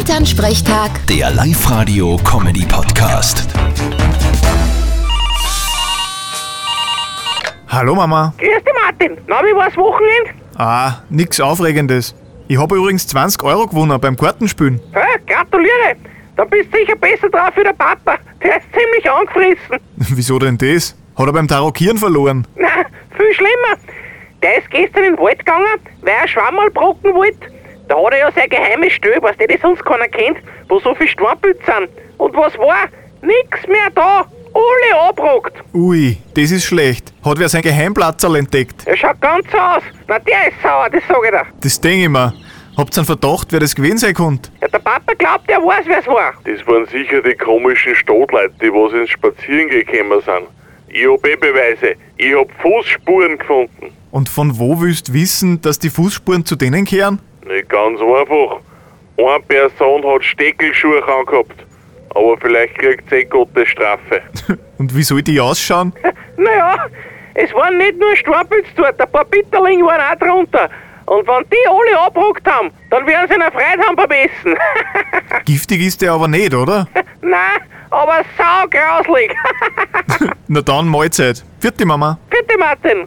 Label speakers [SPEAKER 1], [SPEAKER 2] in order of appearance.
[SPEAKER 1] Elternsprechtag,
[SPEAKER 2] Der Live-Radio-Comedy-Podcast.
[SPEAKER 3] Hallo Mama.
[SPEAKER 4] Grüß dich, Martin. Na, wie war's Wochenende?
[SPEAKER 3] Ah, nix Aufregendes. Ich habe übrigens 20 Euro gewonnen beim Kartenspielen.
[SPEAKER 4] Hä, gratuliere. Da bist sicher besser drauf wie der Papa. Der ist ziemlich angefressen.
[SPEAKER 3] Wieso denn das? Hat er beim Tarokieren verloren.
[SPEAKER 4] Na, viel schlimmer. Der ist gestern in den Wald gegangen, weil er Schwammerl brocken wollte. Da hat er ja sein geheimes Stöhl, was nicht das sonst keiner kennt, wo so viel Stornbild sind. Und was war? Nix mehr da. Alle abrockt.
[SPEAKER 3] Ui, das ist schlecht. Hat wer sein Geheimplatzerl entdeckt.
[SPEAKER 4] Der schaut ganz so aus. Na, der ist sauer, das sag ich dir.
[SPEAKER 3] Das denk ich mir. Habt's einen Verdacht, wer das gewesen sein konnte?
[SPEAKER 4] Ja, der Papa glaubt, er weiß, wer's war.
[SPEAKER 5] Das waren sicher die komischen Stadtleute, die was ins Spazieren gekommen sind. Ich hab eh Beweise. Ich hab Fußspuren gefunden.
[SPEAKER 3] Und von wo willst wissen, dass die Fußspuren zu denen kehren?
[SPEAKER 5] Nicht ganz einfach. Eine Person hat Steckelschuhe angehabt. Aber vielleicht kriegt sie eh Gottes Strafe.
[SPEAKER 3] Und wie soll die ausschauen?
[SPEAKER 4] Naja, es waren nicht nur Storpels dort, ein paar Bitterling waren auch drunter. Und wenn die alle abgehockt haben, dann werden sie einen Freude haben beim Essen.
[SPEAKER 3] Giftig ist der aber nicht, oder?
[SPEAKER 4] Nein, aber saugrauslig.
[SPEAKER 3] Na dann Mahlzeit. Vierte Mama.
[SPEAKER 4] Bitte, Martin.